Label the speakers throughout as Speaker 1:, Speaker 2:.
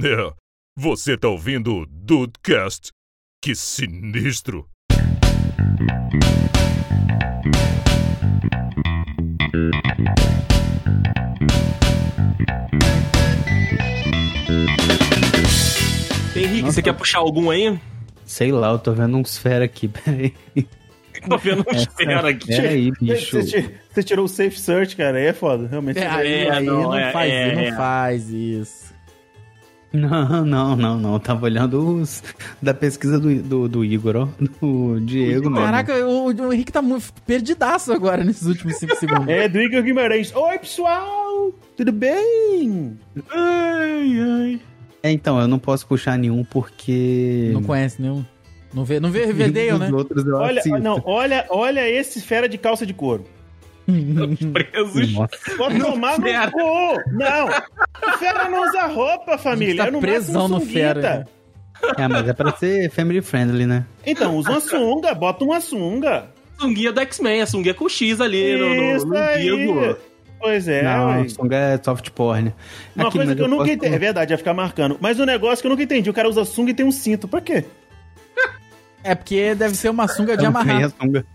Speaker 1: É, você tá ouvindo o Dudecast? Que sinistro!
Speaker 2: Henrique,
Speaker 3: Nossa.
Speaker 2: você quer puxar algum aí?
Speaker 3: Sei lá, eu tô vendo uns fera aqui, peraí.
Speaker 2: Tô vendo um espera aqui.
Speaker 4: é,
Speaker 3: Peraí, bicho.
Speaker 5: Você, ti- você tirou o safe search, cara, aí é foda, realmente.
Speaker 4: É, aí,
Speaker 2: É,
Speaker 4: aí
Speaker 2: não,
Speaker 4: não,
Speaker 2: é,
Speaker 4: faz,
Speaker 2: é,
Speaker 4: não
Speaker 2: é.
Speaker 4: faz isso.
Speaker 3: Não, não, não, não. Eu tava olhando os da pesquisa do, do, do Igor, ó. Do Diego mesmo.
Speaker 4: Caraca, o, o Henrique tá muito perdidaço agora nesses últimos 5 segundos.
Speaker 5: É do Igor Guimarães. Oi, pessoal! Tudo bem?
Speaker 3: É, então, eu não posso puxar nenhum porque.
Speaker 4: Não conhece nenhum. Não vê, não vê Riverdale, né?
Speaker 3: Os outros eu
Speaker 5: Olha,
Speaker 3: assisto.
Speaker 5: não, olha, olha esse fera de calça de couro.
Speaker 2: Presos.
Speaker 3: Nossa,
Speaker 5: Pode tomar
Speaker 2: fera.
Speaker 5: no cu! Não! O fera não usa roupa, família.
Speaker 4: tá
Speaker 5: é no
Speaker 4: presão
Speaker 5: máximo
Speaker 4: no
Speaker 5: sunguita.
Speaker 4: fera, né?
Speaker 3: é, mas é pra ser family friendly, né?
Speaker 5: Então, usa uma sunga, bota uma sunga.
Speaker 2: Sunguinha do X-Men, a sunguinha com X ali no, no,
Speaker 5: Isso
Speaker 2: no
Speaker 5: aí.
Speaker 2: umbigo.
Speaker 5: Pois é,
Speaker 3: não,
Speaker 5: ué.
Speaker 3: o Sunga é soft porn.
Speaker 5: Uma
Speaker 3: Aqui,
Speaker 5: coisa
Speaker 3: mas
Speaker 5: que eu nunca
Speaker 3: posso-
Speaker 5: entendi. É verdade, ia ficar marcando. Mas um negócio que eu nunca entendi. O cara usa sunga e tem um cinto. Pra quê?
Speaker 4: É porque deve ser uma sunga de
Speaker 3: Eu não
Speaker 4: amarrar.
Speaker 3: tenho a sunga.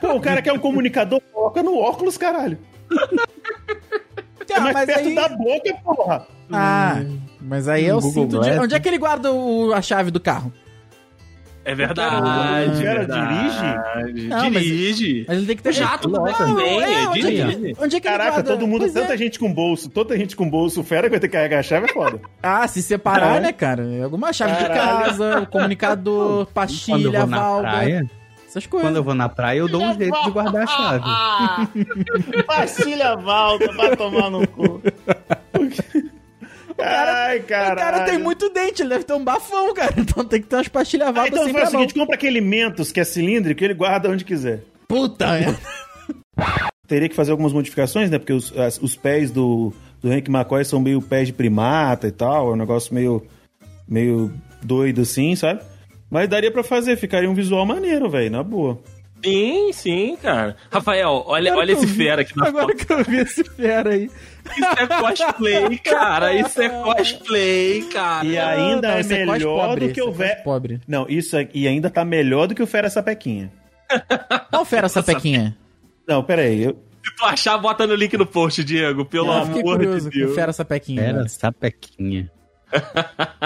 Speaker 5: Pô, o cara quer um comunicador, coloca no óculos, caralho. É
Speaker 4: Ah,
Speaker 5: mais
Speaker 4: mas
Speaker 5: perto
Speaker 4: aí-
Speaker 5: da boca, porra.
Speaker 4: Ah, mas aí é o
Speaker 3: No Google
Speaker 4: cinto de...
Speaker 3: Glass.
Speaker 4: Onde é que ele guarda o- a chave do carro?
Speaker 2: É verdade. é
Speaker 5: O cara
Speaker 2: verdade.
Speaker 4: Não, mas-
Speaker 2: dirige.
Speaker 4: Mas ele tem que ter...
Speaker 2: O jato do
Speaker 4: Não,
Speaker 2: X-Men,
Speaker 4: é,
Speaker 2: é,
Speaker 4: onde, é que
Speaker 2: dirige.
Speaker 4: ele... onde é que ele
Speaker 5: Caraca,
Speaker 4: guarda?
Speaker 5: todo mundo,
Speaker 4: Pois é.
Speaker 5: tanta gente com bolso, tanta gente com bolso, o fera que vai ter que carregar a chave é foda.
Speaker 4: Ah, se separar, né, cara? Alguma chave
Speaker 5: Caralho.
Speaker 4: de casa, o comunicador,
Speaker 3: Quando eu
Speaker 4: pastilha,
Speaker 3: vou na
Speaker 4: valga,
Speaker 3: praia,
Speaker 4: essas coisas.
Speaker 3: quando eu vou na praia, eu dou um jeito de guardar a chave.
Speaker 5: Pastilha Valda, vai tomar no cu. Ai,
Speaker 4: O
Speaker 5: caralho.
Speaker 4: cara tem muito dente, ele deve ter um bafão, cara. Então tem que ter umas pastilhas assim
Speaker 5: Ah,
Speaker 4: vagas
Speaker 5: então
Speaker 4: sempre é
Speaker 5: faz o
Speaker 4: à mão.
Speaker 5: seguinte, compra aquele Mentos que é cilíndrico e ele guarda onde quiser.
Speaker 4: Puta, é.
Speaker 5: Teria que fazer algumas modificações, né? Porque os, as- os pés do, do Hank McCoy são meio pés de primata e tal. É um negócio meio, meio doido assim, sabe? Mas daria pra fazer, ficaria um visual maneiro, velho, na boa.
Speaker 2: Sim, sim, cara. Rafael, olha,
Speaker 4: Agora
Speaker 2: olha
Speaker 4: que eu
Speaker 2: esse
Speaker 4: vi-
Speaker 2: fera aqui na
Speaker 4: Agora que eu vi esse fera aí.
Speaker 2: foto. Isso é cosplay, cara. Isso é cosplay, cara.
Speaker 5: E ainda
Speaker 4: Ah, Não,
Speaker 5: é
Speaker 4: esse quase
Speaker 5: melhor
Speaker 4: pobre,
Speaker 5: do que
Speaker 4: esse
Speaker 5: o
Speaker 4: é
Speaker 5: velho.
Speaker 4: quase Pobre.
Speaker 5: Não, isso aqui ainda tá melhor do que o Fera Sapequinha.
Speaker 4: Qual fera essa pequinha?
Speaker 5: Não, peraí. Eu...
Speaker 2: Se tu achar, bota no link no post, Diego. Pelo
Speaker 4: É, Eu fiquei
Speaker 2: amor de
Speaker 4: curioso com
Speaker 2: Deus.
Speaker 4: fera essa pequinha.
Speaker 3: Era
Speaker 4: né?
Speaker 3: sapequinha.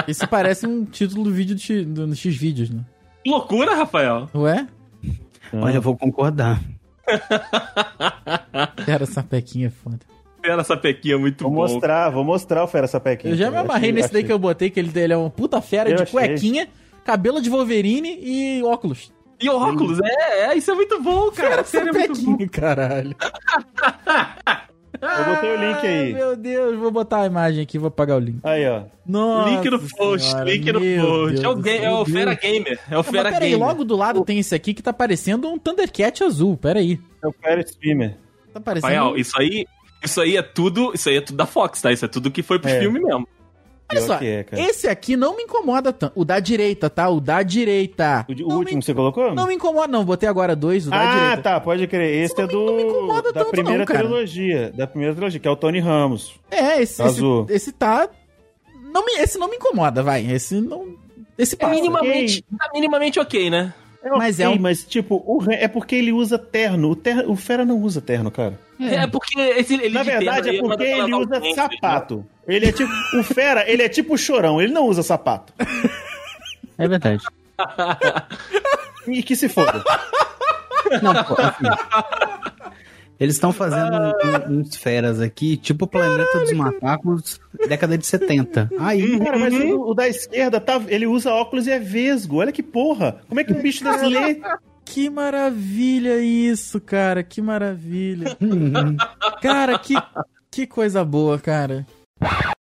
Speaker 4: Isso parece um título do vídeo do, X- do, do X-Vídeos, né?
Speaker 2: Que Loucura, Rafael.
Speaker 4: Ué?
Speaker 3: Olha, eu vou concordar.
Speaker 4: Fera essa pequinha, é foda.
Speaker 2: Fera essa pequinha é muito
Speaker 5: vou
Speaker 2: bom.
Speaker 5: mostrar, vou mostrar o Fera Sapequinha.
Speaker 4: Eu já me amarrei nesse daí que eu botei, que ele, ele é uma puta fera
Speaker 5: Eu
Speaker 4: de
Speaker 5: achei.
Speaker 4: cuequinha, cabelo de Wolverine e óculos.
Speaker 2: E óculos, é, é, isso é muito bom, cara. Sério, é muito bom.
Speaker 4: Sapequinha, caralho.
Speaker 5: Eu botei o link
Speaker 4: Ai,
Speaker 5: aí.
Speaker 4: meu Deus, vou botar a imagem aqui, vou pagar o link.
Speaker 5: Aí, ó.
Speaker 4: Nossa
Speaker 2: link no post,
Speaker 4: senhora,
Speaker 2: link no
Speaker 4: meu
Speaker 2: post.
Speaker 4: Deus
Speaker 2: É o,
Speaker 4: do
Speaker 2: ga-
Speaker 4: céu,
Speaker 2: é o
Speaker 4: meu Deus.
Speaker 2: Fera Gamer. É o
Speaker 4: Ah, mas
Speaker 2: Fera
Speaker 4: peraí,
Speaker 2: Gamer.
Speaker 4: logo do lado tem esse aqui que tá parecendo um Thundercat azul, peraí.
Speaker 5: É o Fera Streamer.
Speaker 4: Tá parecendo...
Speaker 2: Rafael, isso aí, isso aí é tudo. Isso aí é tudo da Fox, tá? Isso é tudo que foi pros
Speaker 5: É.
Speaker 2: filmes mesmo.
Speaker 4: Olha
Speaker 5: Pior
Speaker 4: só,
Speaker 5: que é, cara.
Speaker 4: esse aqui não me incomoda tanto. O da direita, tá? O da direita.
Speaker 5: O, de- o
Speaker 4: não,
Speaker 5: último
Speaker 4: me,
Speaker 5: você colocou?
Speaker 4: não me incomoda, não. Botei agora dois, o da
Speaker 5: ah,
Speaker 4: direita.
Speaker 5: tá, pode crer. Esse é
Speaker 4: não me- não me
Speaker 5: do.
Speaker 4: incomoda
Speaker 5: Da
Speaker 4: tanto
Speaker 5: primeira
Speaker 4: não, cara.
Speaker 5: trilogia. Da primeira trilogia, que é o Tony Ramos.
Speaker 4: É, esse, esse,
Speaker 5: Azul.
Speaker 4: esse tá... Não me, esse não me incomoda, vai. Esse não... Esse
Speaker 2: É
Speaker 4: passa.
Speaker 2: minimamente, tá minimamente ok, né?
Speaker 4: Mas é
Speaker 5: ok,
Speaker 4: um-
Speaker 5: Mas, tipo, o Ren- é porque ele usa terno. O, ter... o Fera não usa terno, cara.
Speaker 2: É, porque esse, ele
Speaker 5: Na
Speaker 2: de terno
Speaker 5: verdade, é
Speaker 2: aí uma
Speaker 5: porque
Speaker 2: daquelas
Speaker 5: ele usa
Speaker 2: ausências, né?
Speaker 5: sapato. Ele é tipo. O Fera, ele é tipo chorão, ele não usa sapato.
Speaker 3: É verdade.
Speaker 5: E que se foda.
Speaker 3: Não, pô, assim, Eles estão fazendo um- um- uns feras aqui, tipo o Planeta dos Macacos, década de 70. Aí,
Speaker 5: Cara, mas o, o da esquerda, tá, ele usa óculos e é vesgo. Olha que porra. Como é que o bicho desse lê?
Speaker 4: Que maravilha isso, cara. Que maravilha. Cara, que, que coisa boa, cara.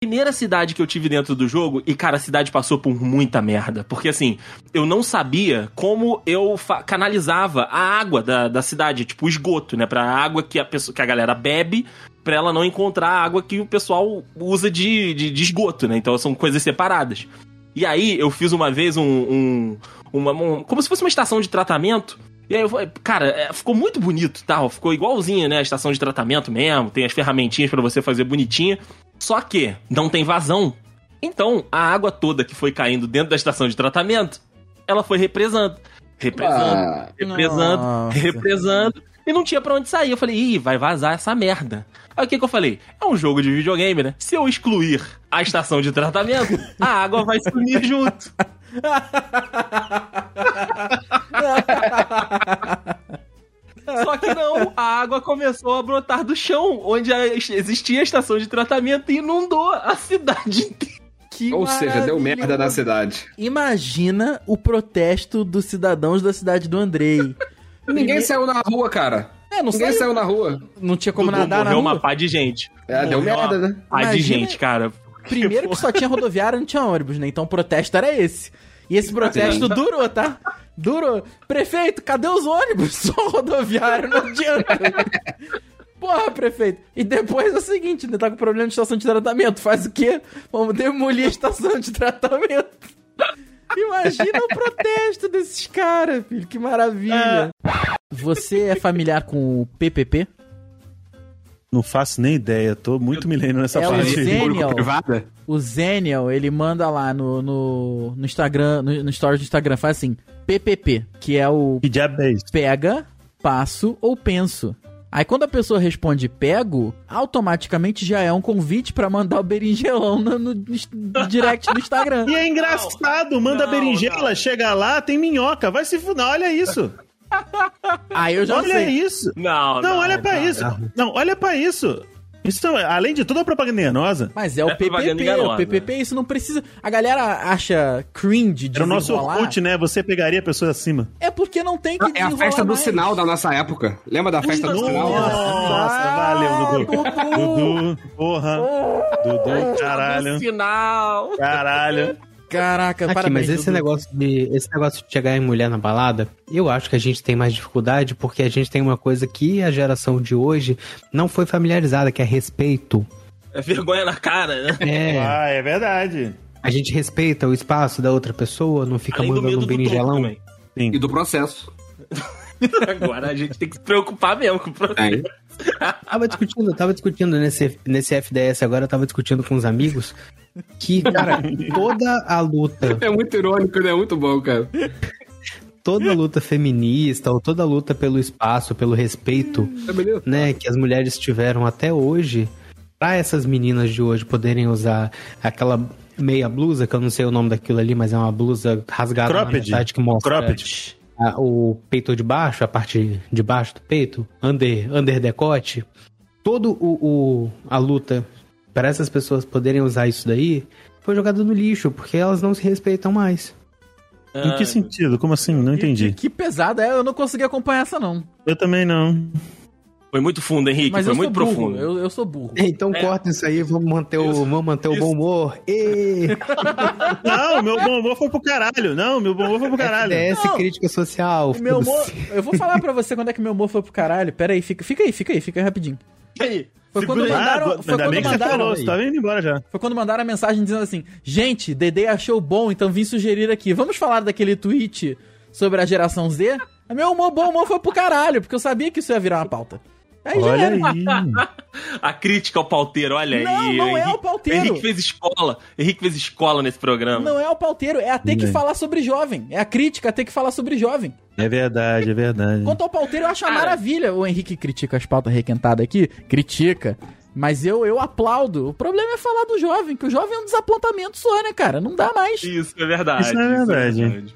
Speaker 2: primeira cidade que eu tive dentro do jogo, e cara, a cidade passou por muita merda. Porque assim, eu não sabia como eu fa- canalizava a água da, da cidade, tipo o esgoto, né? Pra água que a, pessoa, que a galera bebe, pra ela não encontrar a água que o pessoal usa de, de, de esgoto, né? Então são coisas separadas. E aí eu fiz uma vez um. um- uma, um- como se fosse uma estação de tratamento. E aí eu falei, cara, é, ficou muito bonito, tal. Ficou igualzinho, né? A estação de tratamento mesmo, tem as ferramentinhas pra você fazer bonitinha. Só que não tem vazão. Então, a água toda que foi caindo dentro da estação de tratamento, ela foi represando. Represando,
Speaker 6: Ah,
Speaker 2: represando,
Speaker 4: Nossa.
Speaker 2: represando. E não tinha pra onde sair. Eu falei, ih, vai vazar essa merda. Aí o que, que eu falei? É um jogo de videogame, né? Se eu excluir a estação de tratamento, a água vai sumir junto. Só que não, a água começou a brotar do chão, onde a- existia a estação de tratamento e inundou a cidade inteira.
Speaker 4: Que
Speaker 6: ou seja,
Speaker 4: maravilha.
Speaker 6: deu merda na cidade.
Speaker 4: Imagina o protesto dos cidadãos da cidade do Andrei.
Speaker 6: Ninguém saiu na rua, cara.
Speaker 4: É, não
Speaker 6: Ninguém
Speaker 4: saiu.
Speaker 6: saiu na rua.
Speaker 4: Não tinha como
Speaker 2: Dudu,
Speaker 4: nadar na
Speaker 2: morreu
Speaker 4: rua.
Speaker 2: uma pá de gente.
Speaker 6: É, deu
Speaker 2: Morreu uma
Speaker 6: merda, né?
Speaker 2: Pá de
Speaker 4: Imagina-
Speaker 2: gente, cara.
Speaker 4: Primeiro que só tinha rodoviária, não tinha ônibus, né? Então o protesto era esse. E esse protesto durou, tá? Durou. Prefeito, cadê os ônibus? Só rodoviário, não adianta. Porra, prefeito. E depois é o seguinte, né? Tá com problema de estação de tratamento. Faz o quê? Vamos demolir a estação de tratamento. Imagina o protesto desses caras, filho. Que maravilha. Você é familiar com o PPP?
Speaker 5: Não faço nem ideia, tô muito milênio nessa
Speaker 4: É o
Speaker 5: parte.
Speaker 4: Zé.
Speaker 5: aí.
Speaker 4: Genial.
Speaker 6: privada?
Speaker 4: O Zenial, ele manda lá no, no, no Instagram, no, no story do Instagram, faz assim, PPP, que é o
Speaker 5: Que diabo é isso?
Speaker 4: pega, passo ou penso. Aí quando a pessoa responde pego, automaticamente já é um convite pra mandar o berinjelão no, no direct do Instagram.
Speaker 5: E é engraçado, manda
Speaker 2: Não,
Speaker 5: berinjela,
Speaker 2: não.
Speaker 5: chega lá, tem minhoca, vai se fuder, olha isso.
Speaker 4: Aí eu já
Speaker 5: olha
Speaker 4: sei.
Speaker 5: isso.
Speaker 2: Não,
Speaker 5: Não, olha pra isso. Não, olha pra isso. Isso, além de tudo, é propaganda enganosa.
Speaker 4: Mas é o
Speaker 2: É propaganda
Speaker 4: PPP, o
Speaker 2: enganosa.
Speaker 4: PPP isso não precisa... A galera acha cringe de
Speaker 5: Era o nosso Orkut, né? Você pegaria a pessoa acima.
Speaker 4: É porque não tem que
Speaker 6: É a
Speaker 4: desenrolar
Speaker 6: festa do
Speaker 4: mais.
Speaker 6: sinal da nossa época. Lembra da festa do
Speaker 5: Nossa,
Speaker 6: sinal?
Speaker 4: Tá
Speaker 5: valeu, Dudu.
Speaker 4: Dudu.
Speaker 5: Dudu, porra. Dudu, caralho.
Speaker 2: Final.
Speaker 5: Caralho.
Speaker 4: Caraca,
Speaker 3: Aqui,
Speaker 4: parabéns,
Speaker 3: mas esse
Speaker 4: Dudu.
Speaker 3: negócio, de, esse negócio de chegar em mulher na balada, eu acho que a gente tem mais dificuldade porque a gente tem uma coisa que a geração de hoje não foi familiarizada, que é respeito.
Speaker 2: É vergonha na cara, né?
Speaker 3: É,
Speaker 5: Ah, é verdade.
Speaker 3: a gente respeita o espaço da outra pessoa, não fica mandando um
Speaker 2: tronco
Speaker 3: berinjelão.
Speaker 2: também.
Speaker 6: E do processo.
Speaker 2: Agora a gente tem que se preocupar mesmo com o processo.
Speaker 6: Tem.
Speaker 3: Tava discutindo, tava discutindo nesse, nesse FDS agora, eu tava discutindo com os amigos que, cara, toda a luta
Speaker 6: É muito irônico, né? Muito bom, cara.
Speaker 3: toda luta feminista ou toda luta pelo espaço, pelo respeito,
Speaker 6: É beleza?
Speaker 3: né, que as mulheres tiveram até hoje, pra essas meninas de hoje poderem usar aquela meia blusa, que eu não sei o nome daquilo ali, mas é uma blusa rasgada na
Speaker 5: Cropped.
Speaker 3: metade que mostra
Speaker 5: Cropped.
Speaker 3: a- o peito de baixo, a parte de baixo do peito, under, under decote. Todo o, o- a luta para essas pessoas poderem usar isso daí foi jogada no lixo, porque elas não se respeitam mais.
Speaker 5: Em
Speaker 2: Ah,
Speaker 5: que sentido? Como assim? Não entendi.
Speaker 4: Que, que pesada é, eu não consegui acompanhar essa não.
Speaker 5: Eu também não.
Speaker 2: Foi muito fundo, Henrique.
Speaker 4: Mas
Speaker 2: foi
Speaker 4: eu
Speaker 2: muito
Speaker 4: sou burro,
Speaker 2: profundo.
Speaker 4: Eu, eu sou burro.
Speaker 3: Então
Speaker 2: É.
Speaker 3: corta isso aí, vamos manter o,
Speaker 2: Isso.
Speaker 3: vamos manter o
Speaker 2: Isso.
Speaker 3: bom humor. E
Speaker 5: Não, meu bom humor foi pro caralho. Não, meu bom humor foi pro caralho.
Speaker 3: DS
Speaker 4: Ah, Não.
Speaker 3: crítica social.
Speaker 4: O meu humor,
Speaker 3: foda-se.
Speaker 4: eu vou falar pra você quando é que meu humor foi pro caralho. Pera aí, fica, fica aí, fica aí, fica aí rapidinho.
Speaker 2: E aí?
Speaker 4: Foi quando
Speaker 5: Ah,
Speaker 4: mandaram,
Speaker 5: ainda
Speaker 4: foi quando
Speaker 5: bem que você
Speaker 4: mandaram-
Speaker 5: falou, você tava indo embora já.
Speaker 4: foi quando mandaram a mensagem dizendo assim: "Gente, Dede achou bom, então vim sugerir aqui. Vamos falar daquele tweet sobre a geração Z?" Aí Meu humor bom humor foi pro caralho, porque eu sabia que isso ia virar uma pauta. Aí já
Speaker 5: Olha
Speaker 4: era.
Speaker 5: aí.
Speaker 2: A crítica ao pauteiro, olha
Speaker 4: Não,
Speaker 2: aí.
Speaker 4: não é o
Speaker 2: Henrique-
Speaker 4: pauteiro.
Speaker 2: Henrique fez escola. Henrique fez escola nesse programa.
Speaker 4: Não é o pauteiro, é a ter que
Speaker 5: Bem.
Speaker 4: falar sobre jovem. É a crítica a ter que falar sobre jovem.
Speaker 5: É verdade, é verdade.
Speaker 4: Quanto ao pauteiro, eu acho uma
Speaker 2: Cara.
Speaker 4: maravilha. O Henrique critica as pautas requentadas aqui. Critica. Mas eu, eu aplaudo. O problema é falar do jovem, que o jovem é um desapontamento só, né, cara? Não dá mais.
Speaker 2: Isso é verdade.
Speaker 5: Isso é verdade.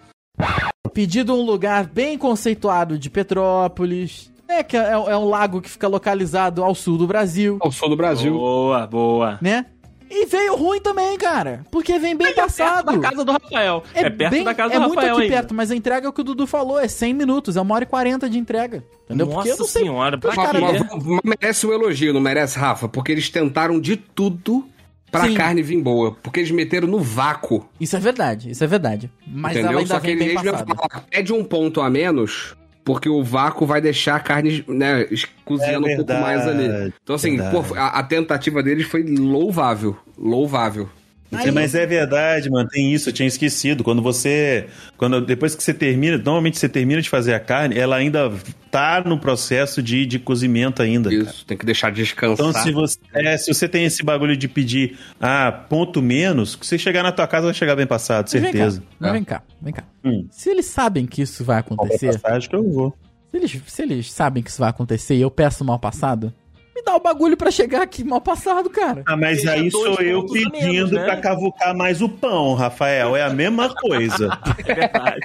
Speaker 4: Pedido um lugar bem conceituado de Petrópolis. É que é, é um lago que fica localizado ao sul do Brasil,
Speaker 6: Ao sul do Brasil.
Speaker 2: Boa, boa.
Speaker 4: né? E veio ruim também, cara. Porque vem bem
Speaker 2: é Perto
Speaker 4: passado.
Speaker 2: da casa do Rafael. É, perto
Speaker 4: bem-
Speaker 2: da casa
Speaker 4: é
Speaker 2: do
Speaker 4: muito
Speaker 2: Rafael
Speaker 4: aqui
Speaker 2: ainda.
Speaker 4: perto, mas a entrega é o que o Dudu falou, é 100 minutos, é uma hora e 40 de entrega. Entendeu?
Speaker 2: Nossa
Speaker 4: Porque eu não sei
Speaker 2: senhora.
Speaker 4: Os
Speaker 2: Pra
Speaker 6: Mas-
Speaker 4: cara- é.
Speaker 2: quê?
Speaker 6: mas- mas merece um elogio, não merece, Rafa? Porque eles tentaram de tudo pra
Speaker 4: Sim.
Speaker 6: carne vir boa. Porque eles meteram no vácuo.
Speaker 4: Isso é verdade, isso é verdade. Mas ela
Speaker 6: entendeu?
Speaker 4: ainda
Speaker 6: Só que
Speaker 4: vem
Speaker 6: eles
Speaker 4: bem
Speaker 6: mesmo
Speaker 4: passada.
Speaker 6: falaram, pede um ponto a menos, porque o vácuo vai deixar a carne né, cozinhando um pouco mais ali. Então, assim,
Speaker 5: É verdade.
Speaker 6: pô, a, a tentativa deles foi louvável. Louvável.
Speaker 5: É, mas é verdade, mano, tem isso, eu tinha esquecido. Quando você. Quando, depois que você termina, normalmente você termina de fazer a carne, ela ainda tá no processo de, de cozimento ainda. cara.
Speaker 6: Isso, um tem que deixar descansar.
Speaker 5: Então, se você, é, se você tem esse bagulho de pedir ah, ponto menos, que você chegar na tua casa vai chegar bem passado,
Speaker 4: Mas
Speaker 5: certeza.
Speaker 4: Vem cá, mas
Speaker 6: É.
Speaker 4: vem cá, vem cá.
Speaker 5: Hum.
Speaker 4: Se eles sabem que isso vai acontecer,
Speaker 5: Acho que eu vou.
Speaker 4: se eles, se eles sabem que isso vai acontecer e eu peço mal passado, me dá o bagulho pra chegar aqui mal passado, cara.
Speaker 5: Ah, mas
Speaker 2: Seja
Speaker 5: aí
Speaker 2: dois
Speaker 5: sou eu
Speaker 2: pontos a menos,
Speaker 5: pedindo
Speaker 2: né?
Speaker 5: pra cavucar mais o pão, Rafael. É a mesma coisa.
Speaker 2: É verdade.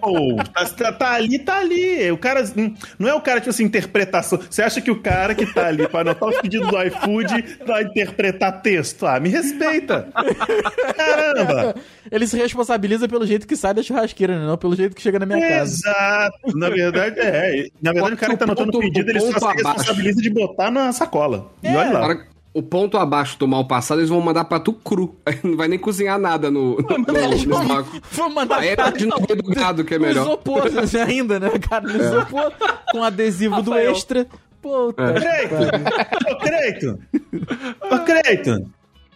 Speaker 5: Pô, tá, tá- tá ali, tá ali. O cara. hum, Não é o cara, tipo assim, interpretação. Você acha que o cara que tá ali pra anotar os pedidos do iFood vai interpretar texto? Ah, me respeita! Caramba!
Speaker 4: Eles se responsabilizam pelo jeito que sai da churrasqueira, né? não pelo jeito que chega na minha
Speaker 5: É.
Speaker 4: casa.
Speaker 5: Exato! Na verdade, é. Na verdade, o cara que tá anotando o
Speaker 6: Ponto-
Speaker 5: pedido, ele só
Speaker 6: ponto
Speaker 5: se
Speaker 6: abaixo.
Speaker 5: responsabiliza de botar na sacola. E olha
Speaker 6: Na
Speaker 5: lá.
Speaker 6: hora- o ponto abaixo do mal passado, eles vão mandar pra tu cru. Aí não vai nem cozinhar nada no, no,
Speaker 4: Eles
Speaker 6: no
Speaker 4: vão-
Speaker 6: vácuo.
Speaker 4: vão mandar
Speaker 6: Aí é
Speaker 4: pra-
Speaker 6: de novo do gado que é
Speaker 4: No
Speaker 6: melhor. É.
Speaker 4: isopor assim, ainda, né, cara? No isopor, com adesivo do
Speaker 2: Rafael.
Speaker 4: extra. Puta.
Speaker 5: Creito! Ô, Creito! Ô, Creito!
Speaker 6: É.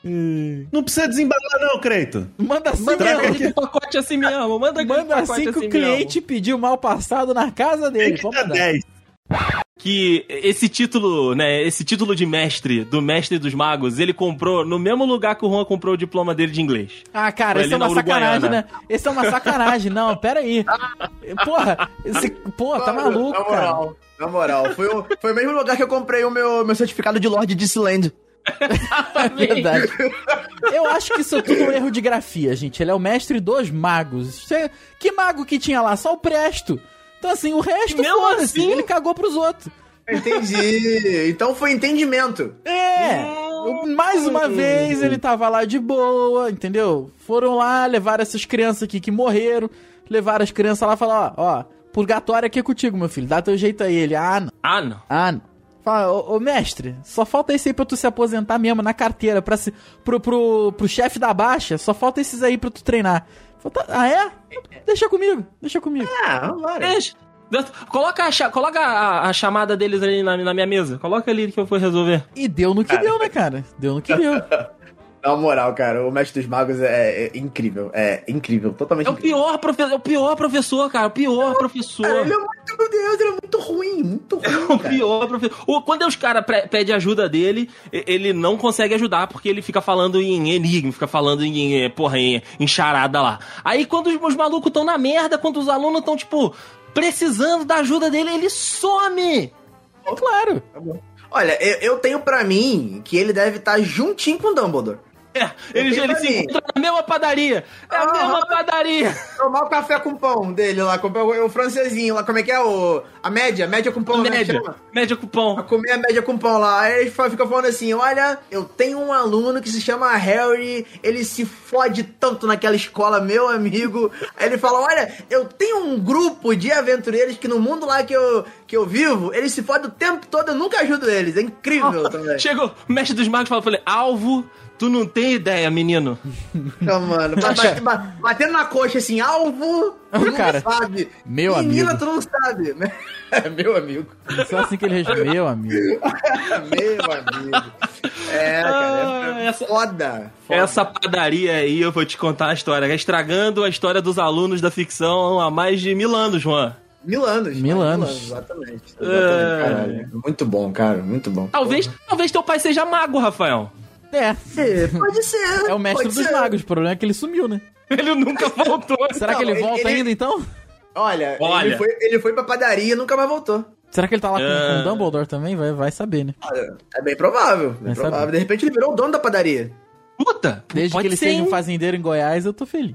Speaker 4: Hum.
Speaker 5: Não precisa desembalar, não, Creito!
Speaker 4: Manda assim,
Speaker 2: Manda
Speaker 4: mesmo.
Speaker 5: é
Speaker 2: grande pacote assim mesmo. Manda grande
Speaker 4: Manda
Speaker 2: pacote
Speaker 4: assim que
Speaker 2: assim
Speaker 4: o cliente pediu mal passado na casa
Speaker 5: Tem
Speaker 4: dele.
Speaker 5: que
Speaker 4: Vamos
Speaker 5: dar
Speaker 7: né?
Speaker 4: mandar.
Speaker 5: 10.
Speaker 2: que esse título, né, esse título de mestre, do mestre dos magos, ele comprou no mesmo lugar que o Juan comprou o diploma dele de inglês.
Speaker 4: Ah, cara,
Speaker 2: Foi
Speaker 4: isso é
Speaker 2: ali na
Speaker 4: uma sacanagem,
Speaker 2: Uruguaiana.
Speaker 4: né? Isso é uma sacanagem. Não, pera aí. Porra, esse... Pô, tá
Speaker 7: Mano,
Speaker 4: maluco,
Speaker 7: Na
Speaker 4: cara.
Speaker 7: moral, na moral. Foi o, foi o mesmo lugar que eu comprei o meu, meu certificado de Lorde Disneyland.
Speaker 4: É Verdade. Eu acho que isso é tudo um erro de grafia, gente. Ele é o mestre dos magos. Cê- Que mago que tinha lá? Só o Presto. Então, assim, o resto,
Speaker 2: Mesmo
Speaker 4: foda-se.
Speaker 2: assim?
Speaker 4: Ele cagou pros outros.
Speaker 7: Entendi. Então foi entendimento.
Speaker 4: É! Mais uma vez, ele tava lá de boa, entendeu? Foram lá, levaram essas crianças aqui que morreram, levaram as crianças lá e falaram, ó, ó, purgatório aqui é contigo, meu filho. Dá teu jeito aí. Ele, ah, não.
Speaker 2: Ah, não.
Speaker 4: Ah, não. Fala, ô, ô, mestre, só falta esse aí pra tu se aposentar mesmo na carteira, pra se, pro, pro, pro chefe da baixa, só falta esses aí pra tu treinar. Falei, tá- ah, é? Deixa comigo, deixa comigo.
Speaker 7: Ah, vambora.
Speaker 2: Deixa. Coloca, a, cha- coloca a, a chamada deles ali na, na minha mesa. Coloca ali que eu vou resolver.
Speaker 4: E deu no que deu, né, cara? Deu no que deu.
Speaker 7: Na moral, cara, o Mestre dos Magos é, é incrível. É incrível, totalmente
Speaker 2: É o
Speaker 7: incrível.
Speaker 2: pior professor, é o pior professor, cara. O pior
Speaker 7: Cara,
Speaker 2: professor.
Speaker 7: ele é muito, meu Deus, ele é muito ruim, muito ruim,
Speaker 2: O
Speaker 7: cara.
Speaker 2: pior professor. O- Quando os caras pre- pedem ajuda dele, e- ele não consegue ajudar porque ele fica falando em enigma, fica falando em, eh, porra, em, em charada lá. Aí quando os, os malucos estão na merda, quando os alunos estão, tipo, precisando da ajuda dele, ele some!
Speaker 4: É claro.
Speaker 7: Olha, eu, eu tenho pra mim que ele deve estar juntinho com o Dumbledore.
Speaker 2: É, ele,
Speaker 7: tenho
Speaker 2: ele
Speaker 7: pra
Speaker 2: se
Speaker 7: mim.
Speaker 2: encontra na mesma padaria. É a
Speaker 7: Ah.
Speaker 2: mesma padaria.
Speaker 7: Tomar o café com pão dele lá, com o, o francesinho lá, como é que é? O, a média, média com pão, né, que
Speaker 2: média.
Speaker 7: chama?
Speaker 2: Média
Speaker 7: Pra
Speaker 2: cupom.
Speaker 7: comer a média com pão lá. Aí ele fa- fica falando assim: olha, eu tenho um aluno que se chama Harry, ele se fode tanto naquela escola, meu amigo. Aí ele fala: olha, eu tenho um grupo de aventureiros que no mundo lá que eu, que eu vivo, eles se fodem o tempo todo, eu nunca ajudo eles. É incrível também.
Speaker 2: Chegou, o mestre dos magos falou, falei, alvo, tu não tem ideia, menino.
Speaker 7: Então, mano, ba- ba- ba- batendo na coxa assim, alvo, tu não
Speaker 4: Cara,
Speaker 7: sabe.
Speaker 4: meu
Speaker 7: Menina,
Speaker 4: amigo.
Speaker 7: tu não sabe, né? É meu amigo.
Speaker 4: Só assim que ele resolveu, meu amigo.
Speaker 7: É Meu amigo. É, cara.
Speaker 2: Ah,
Speaker 7: é
Speaker 2: essa-
Speaker 7: Foda. foda.
Speaker 2: Essa padaria aí, eu vou te contar a história. é Estragando a história dos alunos da ficção há mais de mil anos, Juan.
Speaker 7: Mil anos.
Speaker 4: Mil
Speaker 7: cara,
Speaker 4: anos.
Speaker 7: Exatamente.
Speaker 2: É.
Speaker 7: Exatamente, caralho. Muito bom, cara. Muito bom.
Speaker 2: Talvez, talvez teu pai seja mago, Rafael.
Speaker 4: É,
Speaker 7: Pode ser.
Speaker 4: é o mestre
Speaker 7: pode
Speaker 4: dos
Speaker 7: ser.
Speaker 4: magos. O problema é que ele sumiu, né?
Speaker 2: Ele nunca voltou.
Speaker 4: Será
Speaker 7: Não,
Speaker 4: que ele,
Speaker 7: ele-
Speaker 4: volta
Speaker 7: ele-
Speaker 4: ainda, então?
Speaker 7: Olha,
Speaker 2: Olha.
Speaker 7: Ele, foi, ele foi pra padaria e nunca mais voltou.
Speaker 4: Será que ele tá lá com,
Speaker 2: É.
Speaker 4: com o Dumbledore também? Vai, vai saber, né?
Speaker 7: Olha, é bem provável. Bem
Speaker 4: Mas sabe-
Speaker 7: provável. De repente ele virou o dono da padaria.
Speaker 2: Puta!
Speaker 4: Desde
Speaker 2: pode
Speaker 4: que ele
Speaker 2: ser,
Speaker 4: seja
Speaker 2: hein?
Speaker 4: um fazendeiro em Goiás, eu tô feliz.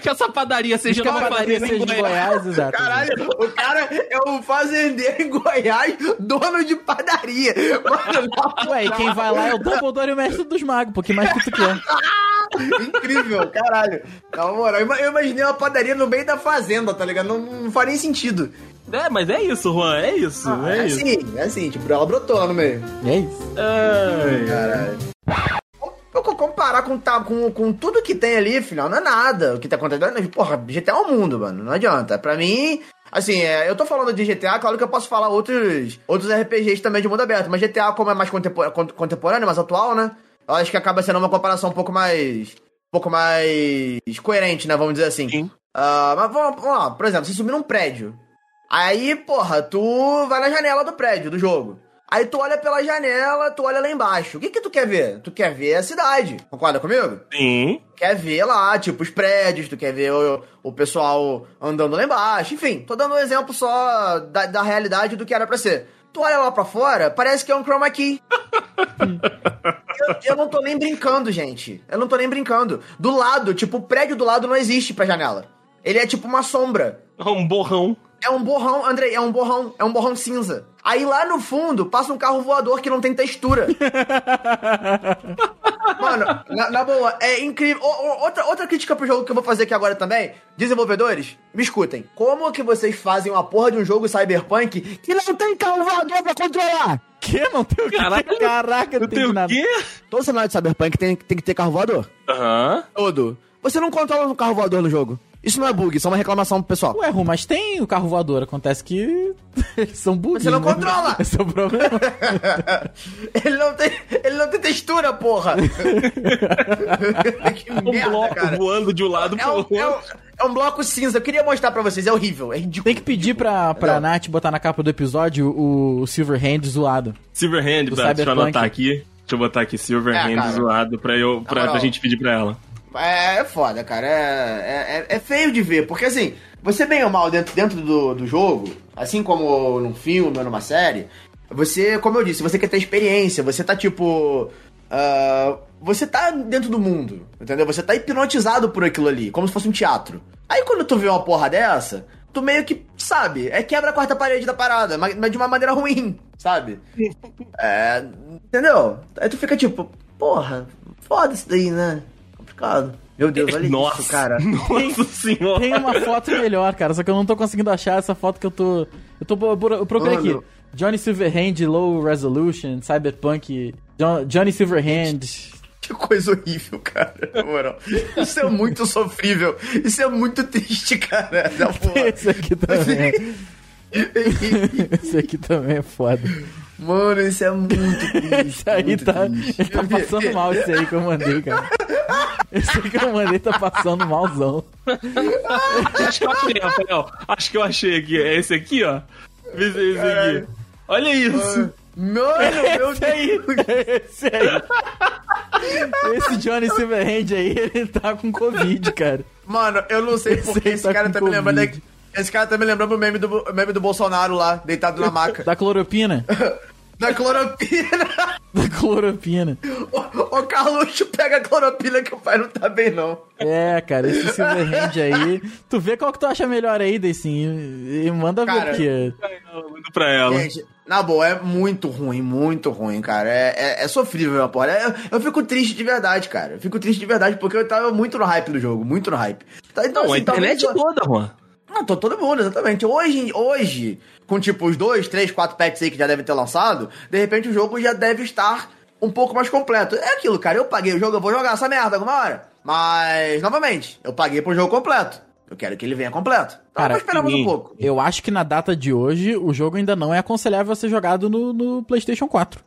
Speaker 2: Que essa padaria
Speaker 4: Desde
Speaker 2: seja
Speaker 4: que a
Speaker 2: numa
Speaker 4: padaria
Speaker 2: padaria
Speaker 4: seja de Goiás, exato.
Speaker 7: Caralho, o cara é um fazendeiro em Goiás, dono de padaria. Mano,
Speaker 4: Ué, e quem vai lá é o Dumbledore e o Mestre dos Magos, pô. Que mais que é. tu quer?
Speaker 7: incrível, caralho. Na moral, eu ima- eu imaginei uma padaria no meio da fazenda, tá ligado? Não, não faz nem sentido.
Speaker 2: É, mas é isso, Juan, é isso,
Speaker 4: Ah,
Speaker 2: é,
Speaker 7: é
Speaker 2: isso.
Speaker 7: assim, é assim. Tipo, ela brotou lá no meio.
Speaker 4: E é isso.
Speaker 2: Ai.
Speaker 7: Caralho. Eu co- comparar com, tá, com, com tudo que tem ali, final, não é nada. O que tá acontecendo, porra, GTA é o mundo, mano. Não adianta. Pra mim, assim, é, eu tô falando de GTA, claro que eu posso falar outros, outros RPGs também de mundo aberto, mas GTA, como é mais contempor- con- contemporâneo, mais atual, né? eu acho que acaba sendo uma comparação um pouco mais. um pouco mais coerente, né? Vamos dizer assim.
Speaker 2: Sim.
Speaker 7: Ah, mas vamos, vamos lá, por exemplo, você subiu num prédio. Aí, porra, tu vai na janela do prédio, do jogo. Aí tu olha pela janela, tu olha lá embaixo. O que que tu quer ver? Tu quer ver a cidade. Concorda comigo?
Speaker 2: Sim.
Speaker 7: quer ver lá, tipo, os prédios, tu quer ver o, o pessoal andando lá embaixo, enfim, tô dando um exemplo só da, da realidade do que era pra ser. Tu olha lá pra fora, parece que é um chroma key. eu, eu não tô nem brincando, gente. Eu não tô nem brincando. Do lado, tipo, o prédio do lado não existe pra janela. Ele é tipo uma sombra.
Speaker 2: É um borrão.
Speaker 7: É um borrão, Andrei, é um borrão, é um borrão cinza. Aí lá no fundo passa um carro voador que não tem textura. Mano, na, na boa, é incrível. O- o- outra, outra crítica pro jogo que eu vou fazer aqui agora também. Desenvolvedores, me escutem. Como que vocês fazem uma porra de um jogo cyberpunk que não tem carro voador pra controlar?
Speaker 4: Que? Não tem o quê?
Speaker 2: Caralho.
Speaker 4: Caraca, não
Speaker 2: Eu tenho
Speaker 4: tem
Speaker 2: o
Speaker 4: nada.
Speaker 2: quê?
Speaker 7: Todo cenário de cyberpunk tem, tem que ter carro voador.
Speaker 2: Aham.
Speaker 7: Todo. Você não controla um carro voador no jogo. Isso não é bug, isso é uma reclamação pro pessoal.
Speaker 4: Ué, Ru, mas tem o carro voador. Acontece que eles são burros.
Speaker 7: Você não controla.
Speaker 4: Esse é o problema.
Speaker 7: Ele não tem, ele não tem textura, porra. que
Speaker 2: Um bloco voando de um lado
Speaker 7: É
Speaker 2: pro
Speaker 7: um,
Speaker 2: outro.
Speaker 7: é um- é um bloco cinza. Eu queria mostrar pra vocês. É horrível, é ridículo.
Speaker 4: Tem que pedir pra, pra
Speaker 7: Não.
Speaker 4: Nath botar na capa do episódio o, o Silver Hand zoado.
Speaker 2: Silverhand,
Speaker 4: Do
Speaker 2: pera, deixa eu
Speaker 4: Cyberpunk.
Speaker 2: anotar aqui. Deixa eu botar aqui
Speaker 7: É,
Speaker 2: Silverhand
Speaker 7: cara.
Speaker 2: zoado pra, eu, pra,
Speaker 7: moral.
Speaker 2: pra gente pedir pra ela.
Speaker 7: É, é foda, cara. É, é, é- é feio de ver. Porque assim, você bem ou mal dentro, dentro do, do jogo, assim como num filme ou numa série, você, como eu disse, você quer ter experiência, você tá tipo. ah, você tá dentro do mundo, entendeu? Você tá hipnotizado por aquilo ali, como se fosse um teatro. Aí quando tu vê uma porra dessa, tu meio que, sabe, é quebra a quarta parede da parada, mas mas de uma maneira ruim, sabe? É, entendeu? Aí tu fica tipo, porra, foda isso daí, né? Complicado. Meu Deus, olha
Speaker 2: Nossa,
Speaker 7: isso, cara.
Speaker 2: Nossa senhora.
Speaker 4: Tem uma foto melhor, cara, só que eu não tô conseguindo achar essa foto que eu tô. Eu tô. bu- bu- Eu procurei
Speaker 7: Mano.
Speaker 4: aqui. Johnny Silverhand, Low Resolution, Cyberpunk. Jo- Johnny Silverhand.
Speaker 7: Que coisa horrível, cara. Na moral. Isso é muito sofrível. Isso é muito triste, cara. Na boa.
Speaker 4: Esse aqui também. Esse aqui também é foda.
Speaker 7: Mano, isso é muito triste.
Speaker 4: Esse aí
Speaker 7: muito
Speaker 4: tá.
Speaker 7: triste.
Speaker 4: Ele tá
Speaker 7: Eu vi-
Speaker 4: passando mal, esse aí que eu mandei, cara. Esse aí que eu mandei tá passando malzão.
Speaker 2: Acho que eu achei, Rafael. Acho que eu achei aqui. É esse aqui, ó. Esse, esse aqui. Olha isso.
Speaker 7: Mano, meu
Speaker 4: Esse aí, tá-
Speaker 7: Deus.
Speaker 4: esse aí. Esse Johnny Silverhand aí, ele tá com Covid, cara.
Speaker 7: Mano, eu não sei
Speaker 4: Esse
Speaker 7: porque
Speaker 4: aí
Speaker 7: esse
Speaker 4: tá
Speaker 7: cara
Speaker 4: com
Speaker 7: tá me lembrando.
Speaker 4: Covid.
Speaker 7: Esse cara tá me lembrando o meme do, o meme do Bolsonaro lá, deitado na maca.
Speaker 4: Da cloropina.
Speaker 7: Na cloropina.
Speaker 4: Da cloropina.
Speaker 7: Ô, ô, Carluxo, pega a cloropina que o pai não tá bem, não.
Speaker 4: É, cara, esse Silverhand aí. Tu vê qual que tu acha melhor aí, Deicin, e, e manda
Speaker 7: Cara,
Speaker 4: ver, porque.
Speaker 2: Eu mando pra ela.
Speaker 7: Gente, na boa, é muito ruim, muito ruim, cara. É, é, é sofrível, minha porra. É- Eu, eu fico triste de verdade, cara. Eu fico triste de verdade porque eu tava muito no hype do jogo, muito no hype. Tá, então,
Speaker 2: Não, a
Speaker 7: assim, talvez
Speaker 2: internet é
Speaker 7: eu-
Speaker 2: toda, Juan.
Speaker 7: Não, Ah, tô todo mundo, exatamente. Hoje, hoje, com tipo os dois, três, quatro packs aí que já devem ter lançado, de repente o jogo já deve estar um pouco mais completo. É aquilo, cara. Eu paguei o jogo, eu vou jogar essa merda alguma hora. Mas, novamente, eu paguei pro jogo completo. Eu quero que ele venha completo. Então
Speaker 4: Cara,
Speaker 7: esperamos
Speaker 2: sim.
Speaker 7: um pouco.
Speaker 4: Eu acho que na data de hoje, o jogo ainda não é aconselhável a ser jogado no, no PlayStation 4.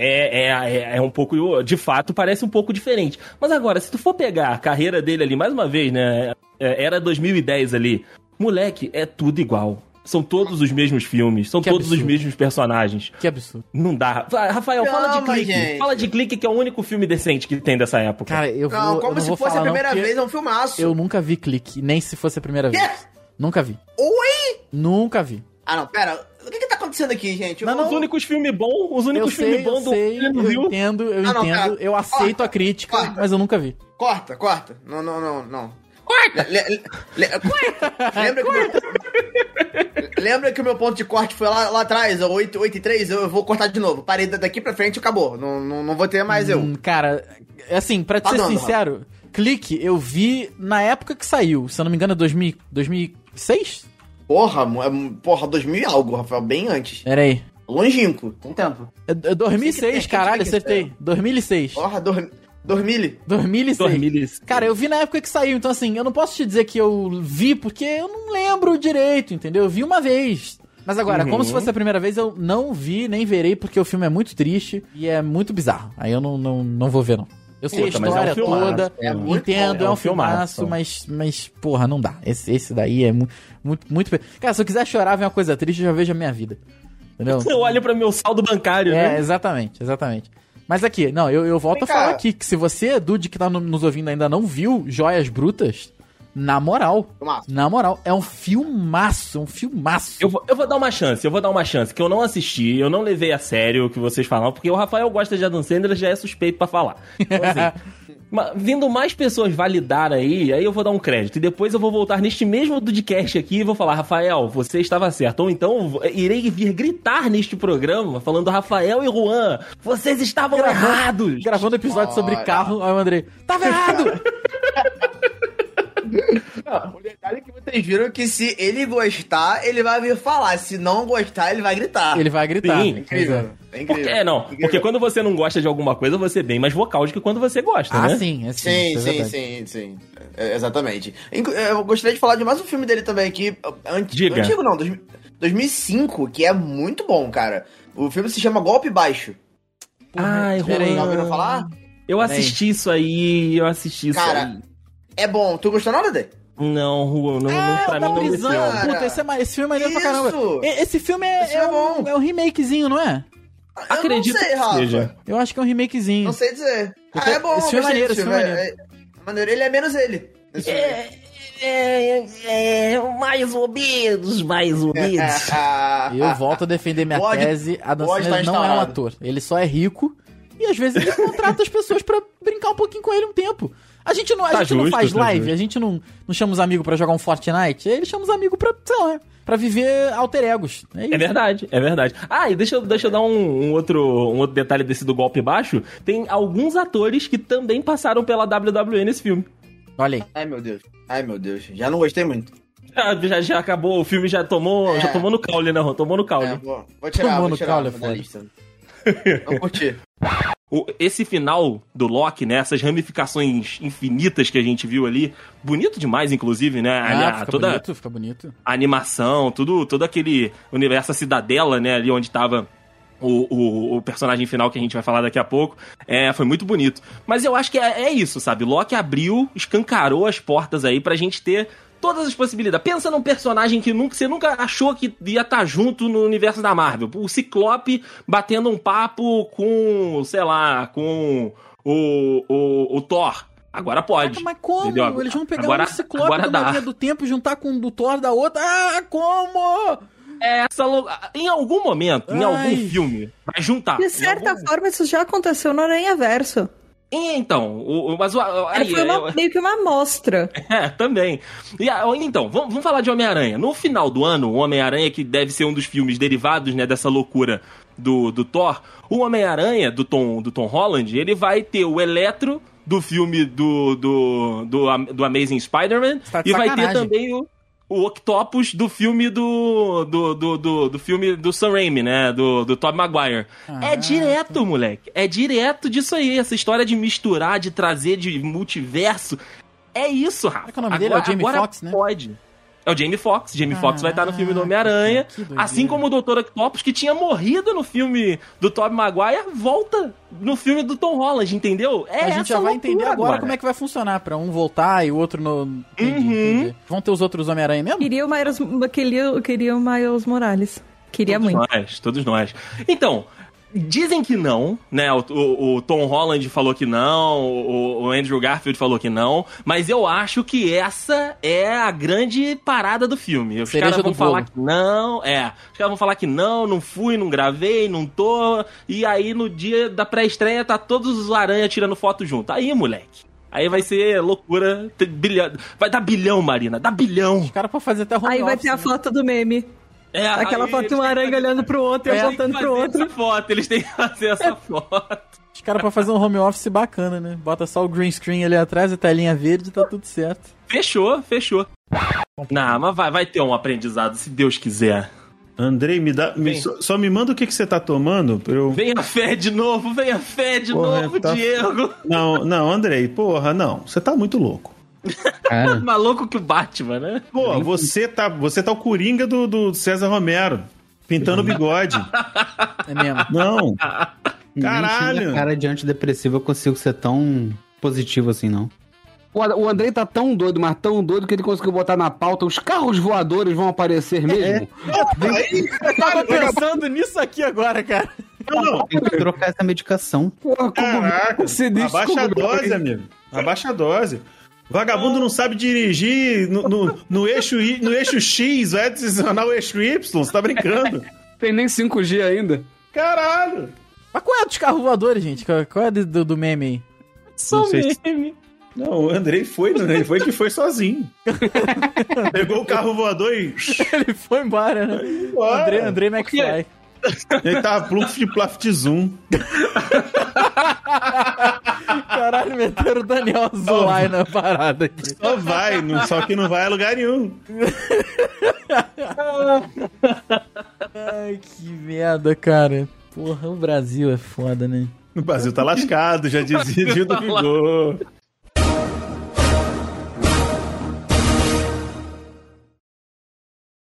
Speaker 2: É, é, é, é um pouco. De fato, parece um pouco diferente. Mas agora, se tu for pegar a carreira dele ali, mais uma vez, né? é, Era 2010 ali. Moleque, é tudo igual. São todos os mesmos filmes, são
Speaker 4: Que
Speaker 2: todos os
Speaker 4: absurdo.
Speaker 2: mesmos personagens.
Speaker 4: Que absurdo.
Speaker 2: Não dá. Vai, Rafael, fala de
Speaker 7: Calma,
Speaker 2: clique.
Speaker 7: gente.
Speaker 2: Fala de clique, que é o único filme decente que tem dessa época.
Speaker 4: Cara, eu vou.
Speaker 7: Não,
Speaker 4: eu
Speaker 7: como
Speaker 4: não
Speaker 7: se
Speaker 4: vou
Speaker 7: fosse
Speaker 4: falar,
Speaker 7: a
Speaker 4: não,
Speaker 7: primeira
Speaker 4: porque
Speaker 7: vez, é um filmaço.
Speaker 4: Eu nunca vi clique, nem se fosse a primeira
Speaker 7: Quê?
Speaker 4: vez. Nunca vi.
Speaker 7: Oi?
Speaker 4: Nunca vi.
Speaker 7: Ah, não, pera. O que que tá acontecendo aqui, gente?
Speaker 4: Não,
Speaker 7: Eu-
Speaker 4: não,
Speaker 2: Os únicos filmes bons, os
Speaker 4: Eu
Speaker 2: únicos
Speaker 4: sei,
Speaker 2: filmes
Speaker 4: eu
Speaker 2: bons do
Speaker 4: sei,
Speaker 2: Ele não
Speaker 4: eu
Speaker 2: viu.
Speaker 4: entendo, eu
Speaker 7: Ah, não,
Speaker 4: entendo,
Speaker 7: cara.
Speaker 4: eu aceito
Speaker 7: Corta,
Speaker 4: a crítica,
Speaker 7: corta.
Speaker 4: mas eu nunca vi.
Speaker 7: Corta, corta. Não, não, não, não. Corta! lembra, que meu- lembra que o meu ponto de corte foi lá, lá atrás, 8, 8 e 3? Eu vou cortar de novo. Parei da- daqui pra frente e acabou. Não, não, não vou ter mais eu.
Speaker 4: Hum, cara, assim, pra te
Speaker 7: Tá
Speaker 4: ser
Speaker 7: dando,
Speaker 4: sincero, clique eu vi na época que saiu. Se eu não me engano, é 2000, 2006?
Speaker 7: Porra, mo- é mo- porra, 2000 e algo, Rafael, bem antes.
Speaker 4: Pera aí.
Speaker 7: Longínquo. Tem tempo.
Speaker 4: É- é 2006,
Speaker 7: tem
Speaker 4: caralho,
Speaker 7: gente que
Speaker 4: acertei. 2006.
Speaker 7: Porra, 2000.
Speaker 4: 2006.
Speaker 2: 2006.
Speaker 4: Cara, eu vi na época que saiu, então assim, eu não posso te dizer que eu vi porque eu não lembro direito, entendeu? Eu vi uma vez. Mas agora, como
Speaker 2: Uhum.
Speaker 4: se fosse a primeira vez, eu não vi nem verei, porque o filme é muito triste e é muito bizarro. Aí eu não, não, não vou ver, não. Eu sei
Speaker 2: Puta,
Speaker 4: a
Speaker 2: mas é um
Speaker 4: história
Speaker 2: filmaço,
Speaker 4: toda,
Speaker 6: é muito
Speaker 4: entendo,
Speaker 2: bom,
Speaker 4: é
Speaker 2: é
Speaker 4: um
Speaker 2: um
Speaker 4: filmaço,
Speaker 2: filmaço.
Speaker 4: mas, mas, porra, não dá. Esse, esse daí é muito, muito, muito. pe- Cara, se eu quiser chorar, ver uma coisa triste, eu já vejo a minha vida. Entendeu?
Speaker 2: Eu olho pra meu saldo bancário, né?
Speaker 4: É, exatamente, exatamente. Mas aqui, não, eu, eu volto
Speaker 7: Vem
Speaker 4: a falar
Speaker 7: cá.
Speaker 4: aqui que se você, Dude, que tá no- nos ouvindo ainda não viu Joias Brutas, na moral,
Speaker 7: Filmaço.
Speaker 4: na moral, é um filmaço, um filmaço.
Speaker 2: Eu vou, eu vou dar uma chance, eu vou dar uma chance, que eu não assisti, eu não levei a sério o que vocês falaram, porque o Rafael gosta de Adam Sandler, já é suspeito pra falar. Então, assim, ma- vindo mais pessoas validar aí, aí eu vou dar um crédito. E depois eu vou voltar neste mesmo podcast aqui e vou falar, Rafael, você estava certo. Ou então eu vou- irei vir gritar neste programa falando, Rafael e Juan, vocês estavam errados.
Speaker 4: Gravando episódio sobre
Speaker 7: Olha.
Speaker 4: carro, aí o Andrei, tava errado!
Speaker 7: Não, O detalhe é que vocês viram que se ele gostar, ele vai vir falar. Se não gostar, ele vai gritar.
Speaker 4: Ele vai gritar.
Speaker 2: Sim,
Speaker 4: Exato.
Speaker 7: É incrível.
Speaker 2: Porque, é, não, porque quando você não gosta de alguma coisa, você é bem mais vocal do que quando você gosta,
Speaker 4: Ah,
Speaker 2: né?
Speaker 4: sim, é sim.
Speaker 7: Sim,
Speaker 4: isso é
Speaker 7: sim,
Speaker 4: verdade.
Speaker 7: sim, sim. É, exatamente. Inclu- é, Eu gostaria de falar de mais um filme dele também aqui. Anti
Speaker 2: Diga.
Speaker 7: Antigo não, dois- 2005, que é muito bom, cara. O filme se chama Golpe Baixo.
Speaker 2: Ai,
Speaker 4: Peraí.
Speaker 7: Já
Speaker 2: Juan,
Speaker 7: ouviram falar?
Speaker 2: eu assisti isso aí, eu assisti isso
Speaker 7: Cara,
Speaker 2: aí.
Speaker 7: É bom. Tu gostou nada dele?
Speaker 2: Não, Juan, não,
Speaker 7: Ah,
Speaker 2: não, pra
Speaker 7: tá
Speaker 4: Da
Speaker 2: mim não
Speaker 4: prisão,
Speaker 2: desceu.
Speaker 7: cara.
Speaker 4: puta, esse, é, ma- esse filme é maneiro pra caramba.
Speaker 7: Isso!
Speaker 4: E- Esse filme é,
Speaker 7: Esse
Speaker 4: é
Speaker 7: é
Speaker 4: um,
Speaker 7: bom.
Speaker 4: é um remakezinho, não é?
Speaker 7: Eu
Speaker 2: Acredito
Speaker 7: não sei,
Speaker 2: que
Speaker 7: Rafa.
Speaker 2: seja.
Speaker 4: Eu acho que é um remakezinho.
Speaker 7: Não sei dizer.
Speaker 4: Esse
Speaker 7: Ah, é bom.
Speaker 4: esse filme é maneiro,
Speaker 7: eu
Speaker 4: esse
Speaker 7: gostei desse
Speaker 4: filme é
Speaker 7: filme, é- é maneiro. Ele é menos ele. Esse filme.
Speaker 2: É, é, é, mais ou menos, mais ou menos.
Speaker 4: é
Speaker 7: Ah,
Speaker 4: Eu volto a defender minha
Speaker 7: O ódio-
Speaker 4: tese. Adam
Speaker 7: o ódio
Speaker 4: Sandler
Speaker 7: tá
Speaker 4: não é um
Speaker 7: instaurado.
Speaker 4: ator. Ele só é rico e às vezes ele contrata as pessoas pra brincar um pouquinho com ele um tempo. A gente não, a
Speaker 2: Tá
Speaker 4: gente não
Speaker 2: justo,
Speaker 4: faz
Speaker 2: tá
Speaker 4: live,
Speaker 2: justo.
Speaker 4: a gente não, não chama os amigos pra jogar um Fortnite. Ele chama os amigos pra, sei lá, pra viver alter egos. É isso.
Speaker 2: É verdade, é verdade. Ah, e deixa, eu- deixa eu dar um, um outro, um outro detalhe desse do golpe baixo. Tem alguns atores que também passaram pela WWE nesse filme.
Speaker 4: Olha aí.
Speaker 7: ah, Ai, meu Deus. Ai, meu Deus. Já não gostei muito.
Speaker 2: Já, já, já acabou, o filme já tomou,
Speaker 7: É.
Speaker 2: já tomou no caule, né, Ron? Tomou no caule.
Speaker 7: É, vou, vou tirar,
Speaker 4: Tomou no
Speaker 7: vou tirar
Speaker 4: caule,
Speaker 7: da
Speaker 4: foda.
Speaker 7: lista. Não curti.
Speaker 2: O- esse final do Loki, né? Essas ramificações infinitas que a gente viu ali. Bonito demais, inclusive, né?
Speaker 4: Ah,
Speaker 2: a,
Speaker 4: fica
Speaker 2: toda,
Speaker 4: bonito, fica bonito.
Speaker 2: a animação, tudo, todo aquele universo, a cidadela, né, ali onde tava o, o, o personagem final que a gente vai falar daqui a pouco. É, foi muito bonito. Mas eu acho que é, é isso, sabe? Loki abriu, escancarou as portas aí pra gente ter todas as possibilidades. Pensa num personagem que nunca, você nunca achou que ia estar junto no universo da Marvel. O Ciclope batendo um papo com, sei lá, com o, o, o Thor. Agora pode.
Speaker 4: Caraca, mas como?
Speaker 2: entendeu?
Speaker 4: Eles vão pegar
Speaker 2: Agora-
Speaker 4: um ciclope
Speaker 2: agora
Speaker 4: de uma
Speaker 2: dá.
Speaker 4: linha do tempo e juntar com o do Thor da outra. Ah, como?
Speaker 2: essa lo- em algum momento, em
Speaker 4: Ai.
Speaker 2: algum filme, vai juntar.
Speaker 8: De
Speaker 2: Em
Speaker 8: certa
Speaker 2: algum-
Speaker 8: forma, isso já aconteceu no Aranha Verso.
Speaker 2: É, Então, o, o- mas o, aí,
Speaker 8: É, foi uma-
Speaker 2: eu-
Speaker 8: meio que uma amostra.
Speaker 2: é, também. E, ah, então, vamos, vamos falar de Homem-Aranha. No final do ano, o Homem-Aranha, que deve ser um dos filmes derivados né, dessa loucura do, do Thor, o Homem-Aranha, do Tom, do Tom Holland, ele vai ter o Eletro do filme do, do, do, Am- do Amazing Spider-Man
Speaker 4: Você tá de
Speaker 2: e vai ter
Speaker 4: sacanagem.
Speaker 2: também o, o Octopus do filme do, do, do, do, do filme do Sam Raimi, né? Do, do Tobey Maguire.
Speaker 4: Ah.
Speaker 2: É direto, moleque. É direto disso aí. Essa história de misturar, de trazer de multiverso. É isso, Rafa.
Speaker 4: Como é que é o nome dele? É o Jamie
Speaker 2: agora
Speaker 4: Foxx, né?
Speaker 2: Pode. É o Jamie Foxx. Jamie Foxx vai estar no filme do Homem-Aranha.
Speaker 4: Caraca, que doideira.
Speaker 2: Assim como o Dr. Octopus, que tinha morrido no filme do Tobey Maguire, volta no filme do Tom Holland, entendeu? É
Speaker 4: a
Speaker 2: essa
Speaker 4: gente já vai
Speaker 2: loucura
Speaker 4: entender agora, como é que vai funcionar. Pra um voltar e o outro no. Entendi,
Speaker 2: Uhum.
Speaker 4: entendi. Vão ter os outros Homem-Aranha mesmo?
Speaker 8: Queria o Miles, queria, queria o Miles Morales. Queria
Speaker 2: todos
Speaker 8: muito.
Speaker 2: Nós, todos nós. Então, dizem que não, né? O, o- o Tom Holland falou que não, o, o Andrew Garfield falou que não, mas eu acho que essa é a grande parada do filme. Os
Speaker 4: Cereja
Speaker 2: caras vão
Speaker 4: do bolo.
Speaker 2: falar que não, é. Os caras vão falar que não, não fui, não gravei, não tô. E aí no dia da pré-estreia tá todos os aranha tirando foto junto. Aí, moleque. Aí vai ser loucura, tem bilhão- vai dar bilhão, Marina, dá bilhão.
Speaker 4: Os caras podem fazer até home
Speaker 8: Aí vai
Speaker 4: office,
Speaker 8: ter a
Speaker 4: né?
Speaker 8: foto do meme.
Speaker 2: É,
Speaker 8: Aquela
Speaker 2: aí-
Speaker 8: foto de uma aranha olhando pro outro e
Speaker 4: É.
Speaker 8: eu
Speaker 2: Eles têm que
Speaker 8: apontando pro
Speaker 2: um fazer
Speaker 8: outro.
Speaker 2: Essa foto, eles têm que fazer essa foto.
Speaker 4: Os caras pra fazer um home office bacana, né? Bota só o green screen ali atrás, a telinha verde, tá tudo certo.
Speaker 2: Fechou, fechou. Não, mas vai, vai ter um aprendizado, se Deus quiser.
Speaker 5: Andrei, me dá, me-
Speaker 2: Vem.
Speaker 5: só, só me manda o que, que você tá tomando. pra Eu...
Speaker 2: Venha fé de novo, venha fé de
Speaker 5: Porra,
Speaker 2: novo,
Speaker 5: tá-
Speaker 2: Diego.
Speaker 5: Não, não, Andrei, porra, não. Você tá muito louco.
Speaker 6: Cara,
Speaker 2: Maluco que o Batman, né?
Speaker 5: tá Pô, você tá, você tá o coringa do, do César Romero. Pintando o bigode.
Speaker 4: É mesmo.
Speaker 5: Não.
Speaker 3: Nem
Speaker 5: Caralho.
Speaker 3: tinha cara de antidepressivo eu consigo ser tão positivo assim, não.
Speaker 6: O Ad- o Andrei tá tão doido, mas tão doido que ele conseguiu botar na pauta os carros voadores vão aparecer mesmo.
Speaker 5: É.
Speaker 4: Eu tava pensando nisso aqui agora, cara.
Speaker 5: Não, não.
Speaker 3: Tem que trocar essa medicação.
Speaker 6: Porra,
Speaker 5: Caraca,
Speaker 6: Você disse
Speaker 5: abaixa a
Speaker 6: como-
Speaker 5: dose, amigo. é Abaixa a dose. Vagabundo não sabe dirigir no, no, no eixo, I- no eixo X, vai adicionar o eixo Y, você tá brincando.
Speaker 6: Tem nem 5G ainda.
Speaker 5: Caralho!
Speaker 4: Mas qual é dos carros voadores, gente? Qual, qual é do, do- do meme aí?
Speaker 2: Só
Speaker 5: sei se-
Speaker 2: meme.
Speaker 5: Não, o Andrei foi, né? Ele foi que foi sozinho. Pegou o carro voador e.
Speaker 4: Ele foi embora, né?
Speaker 5: Embora.
Speaker 4: André, André McFly.
Speaker 5: Ele tava plumf de plaf de zoom.
Speaker 4: Caralho, meteram o Daniel Zulay na parada aqui.
Speaker 5: Só vai, não- só que não vai a lugar nenhum.
Speaker 4: Ai, que merda, cara. Porra, o Brasil é foda, né?
Speaker 5: O Brasil tá lascado, já dizia Gil do Vigor.